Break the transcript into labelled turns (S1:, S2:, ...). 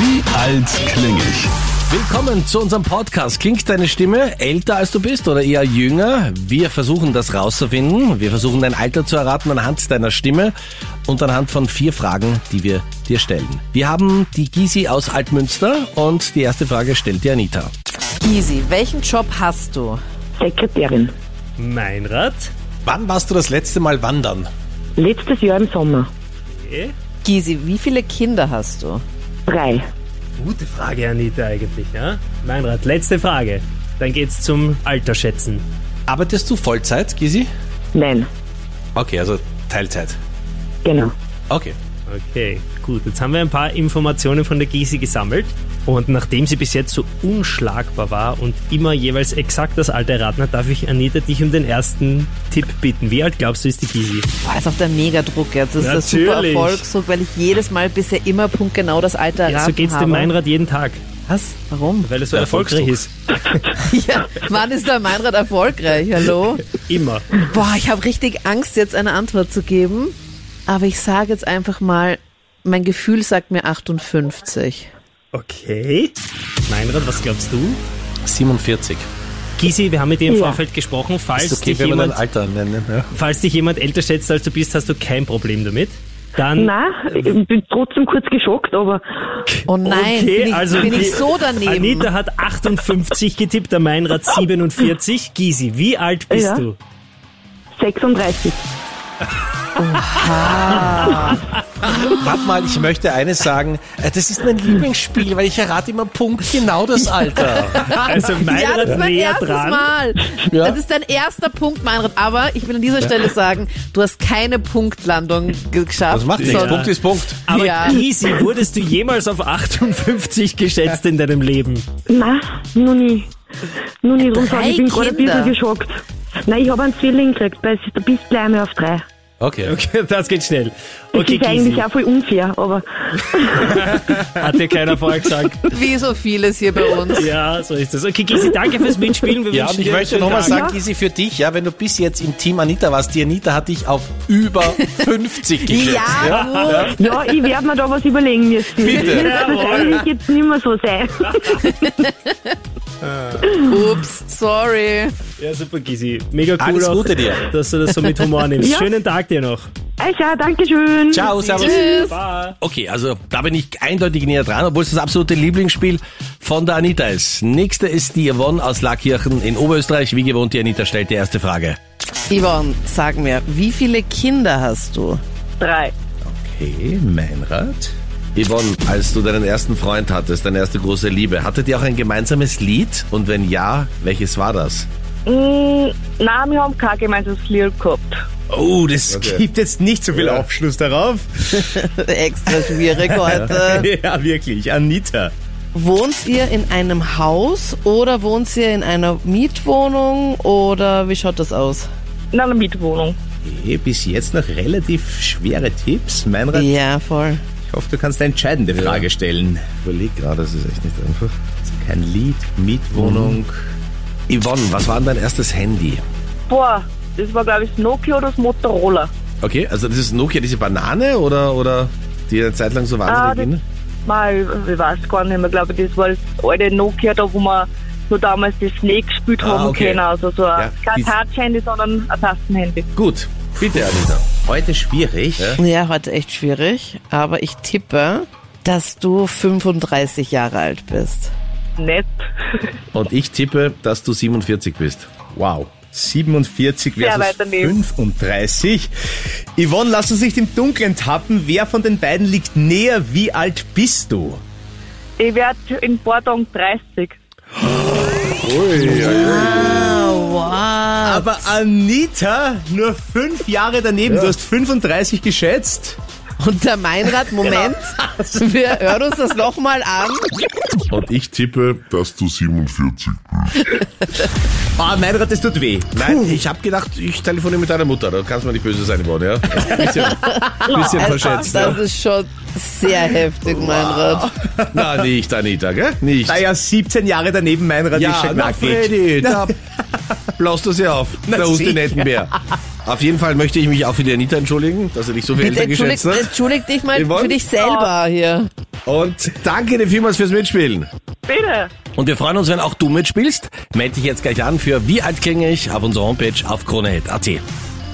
S1: Wie alt klinge ich?
S2: Willkommen zu unserem Podcast. Klingt deine Stimme älter als du bist oder eher jünger? Wir versuchen das rauszufinden. Wir versuchen dein Alter zu erraten anhand deiner Stimme und anhand von vier Fragen, die wir dir stellen. Wir haben die Gysi aus Altmünster und die erste Frage stellt dir Anita.
S3: Easy, welchen Job hast du?
S4: Sekretärin.
S5: Meinrad?
S2: Wann warst du das letzte Mal wandern?
S4: Letztes Jahr im Sommer.
S5: Okay.
S3: Gysi, wie viele Kinder hast du?
S4: Drei.
S5: Gute Frage, Anita, eigentlich, ja? Meinrad, letzte Frage. Dann geht's zum Alterschätzen.
S2: Arbeitest du Vollzeit, Gysi?
S4: Nein.
S2: Okay, also Teilzeit.
S4: Genau.
S2: Okay.
S5: Okay, gut. Jetzt haben wir ein paar Informationen von der Gysi gesammelt. Und nachdem sie bis jetzt so unschlagbar war und immer jeweils exakt das Alter erraten hat, darf ich Anita dich um den ersten Tipp bitten. Wie alt glaubst du, ist die Gysi?
S3: Boah, ist auch der Megadruck jetzt. Das ist der super
S5: Natürlich.
S3: Erfolg, so, weil ich jedes Mal bisher immer punktgenau das Alter erraten
S5: Ja, so geht's
S3: habe.
S5: dem Meinrad jeden Tag,
S3: Was? Warum?
S5: weil er so
S2: Der
S5: erfolgreich ist.
S2: Erfolgsdruck.
S3: Ja, wann ist der Meinrad erfolgreich? Hallo?
S5: Immer.
S3: Boah, ich habe richtig Angst, jetzt eine Antwort zu geben. Aber ich sage jetzt einfach mal, mein Gefühl sagt mir 58.
S5: Okay. Meinrad, was glaubst du?
S2: 47.
S5: Gysi, wir haben mit dir im
S4: Ja.
S5: Vorfeld gesprochen. Falls,
S2: Ist okay,
S5: dich
S2: wenn wir dein
S5: jemand,
S2: Alter nennen. Ja.
S5: falls dich jemand älter schätzt, als du bist, hast du kein Problem damit. Dann
S4: Nein, ich bin trotzdem kurz geschockt, aber
S3: Oh nein,
S5: okay,
S3: bin, ich,
S5: also
S3: bin
S5: die-
S3: ich so daneben.
S5: Anita hat 58 getippt, der Meinrad 47. Gysi, wie alt bist
S4: Ja.
S5: du?
S4: 36.
S2: Warte mal, ich möchte eines sagen. Äh, Das ist mein Lieblingsspiel, weil ich errate immer Punkt genau das Alter.
S5: Also
S3: ja, das
S5: Meinrad
S3: ist mein
S5: näher
S3: erstes
S5: dran.
S3: Mal.
S2: Ja.
S3: Das ist dein erster Punkt, Meinrad. Aber ich will an dieser Stelle sagen, du hast keine Punktlandung ge- geschafft.
S2: Das macht nichts.
S3: sondern-
S2: Punkt ist Punkt.
S5: Aber
S3: Ja.
S5: Gysi, wurdest du jemals auf 58 geschätzt in deinem Leben?
S4: Nein, noch nie. Noch nie, darum
S3: Drei
S4: sage ich, ich bin gerade ein
S3: Kinder.
S4: bisschen geschockt. Nein, ich habe einen Zwilling gekriegt, weil es- du bist gleich mal auf drei.
S2: Okay.
S5: Okay, das geht schnell.
S4: Das
S5: Okay,
S4: ist eigentlich
S5: Gysi,
S4: auch voll unfair, aber
S5: hat dir keiner vorher gesagt.
S3: Wie so vieles hier bei uns.
S5: Ja, so ist das. Okay, Gysi, danke fürs Mitspielen. Wir
S2: Ja,
S5: wünschen
S2: und ich
S5: dir einen
S2: möchte
S5: schönen
S2: nochmal
S5: Tag.
S2: sagen, Gysi, für dich, ja, wenn du bis jetzt im Team Anita warst, die Anita hat dich auf über 50 geschätzt.
S3: Ja, gut.
S4: ja, ich werde mir da was überlegen müssen.
S2: Bitte.
S4: Das wird eigentlich jetzt nicht mehr so sein.
S3: Ups, sorry.
S5: Ja, super, Gysi. Mega cool
S2: Alles
S5: auch,
S2: Gute dir.
S5: dass du das so mit Humor nimmst.
S4: Ja.
S5: Schönen Tag dir noch.
S4: Also, danke schön.
S2: Ciao, servus.
S3: Tschüss.
S5: Bye.
S2: Okay, also da bin ich eindeutig näher dran, obwohl es das absolute Lieblingsspiel von der Anita ist. Nächste ist die Yvonne aus Lackirchen in Oberösterreich. Wie gewohnt, die Anita stellt die erste Frage.
S3: Yvonne, sag mir, wie viele Kinder hast du?
S4: Drei.
S2: Okay, Meinrad. Yvonne, als du deinen ersten Freund hattest, deine erste große Liebe, hattet ihr auch ein gemeinsames Lied? Und wenn ja, welches war das?
S4: Mm, nein, wir haben kein gemeinsames Lied gehabt.
S2: Oh, das
S6: gibt jetzt nicht so viel Aufschluss darauf.
S3: Extra schwierig heute.
S6: ja, wirklich. Anita.
S3: Wohnt ihr in einem Haus oder wohnt ihr in einer Mietwohnung oder wie schaut das aus?
S4: In einer Mietwohnung.
S6: Okay, bis jetzt noch relativ schwere Tipps. Meinrad,
S3: Ja, voll.
S6: ich hoffe, du kannst eine entscheidende Frage stellen.
S2: überleg gerade, das ist echt nicht einfach.
S6: Also kein Lied, Mietwohnung.
S2: Mhm. Yvonne, was war denn dein erstes Handy?
S4: Boah, das war, glaube ich, das Nokia oder das Motorola.
S2: Okay, also das ist Nokia, diese Banane oder, oder die eine Zeit lang so
S4: Ah,
S2: wahnsinnig ging?
S4: das, Nein, ich, ich weiß gar nicht mehr. Ich glaube, das war das alte Nokia, da wo wir so damals das Snake gespielt
S2: Ah,
S4: haben
S2: okay.
S4: können. Also so
S2: Ja,
S4: ein, kein
S2: dies-
S4: Touch-Handy, sondern ein Tastenhandy.
S2: Gut, bitte Anita.
S6: Heute schwierig.
S3: Ja, heute echt schwierig, aber ich tippe, dass du 35 Jahre alt bist.
S4: Nett.
S2: Und ich tippe, dass du 47 bist.
S6: Wow. 47
S4: Sehr
S6: versus
S4: weit daneben.
S6: 35. Yvonne, lass uns nicht im Dunkeln tappen. Wer von den beiden liegt näher? Wie alt bist du?
S4: Ich werde in ein paar Tagen 30.
S2: Ah.
S3: Wow.
S6: Aber Anita, nur fünf Jahre daneben. Du hast 35 geschätzt.
S3: Und der Meinrad,
S2: Genau.
S3: Moment, wir hören uns das nochmal an.
S2: Und ich tippe,
S7: dass du 47 bist.
S6: Ah, Meinrad, das tut weh.
S2: Nein, ich habe gedacht, ich telefoniere mit deiner Mutter. Da kannst du mir nicht böse sein, Yvonne, ja? Ein bisschen, bisschen verschätzt.
S3: Also, Das ist schon sehr heftig, Meinrad.
S2: Na, nicht, Anita, gell? Nicht.
S6: Naja, 17 Jahre daneben Meinrad ist schon
S2: na,
S6: knackig.
S2: Freddy, da blaust du sie auf.
S6: Na,
S2: Da hust du
S6: sicher.
S2: nicht mehr. Auf jeden Fall möchte ich mich auch für die Anita entschuldigen, dass sie dich so viel
S3: Bitte
S2: älter
S3: entschuldig,
S2: geschätzt ne? hat.
S3: entschuldig dich mal
S2: Yvonne?
S3: für dich selber hier.
S2: Und danke dir vielmals fürs Mitspielen.
S4: Bitte.
S2: Und wir freuen uns, wenn auch du mitspielst. Meld dich jetzt gleich an für Wie alt klinge ich auf unserer Homepage auf KroneHit.at.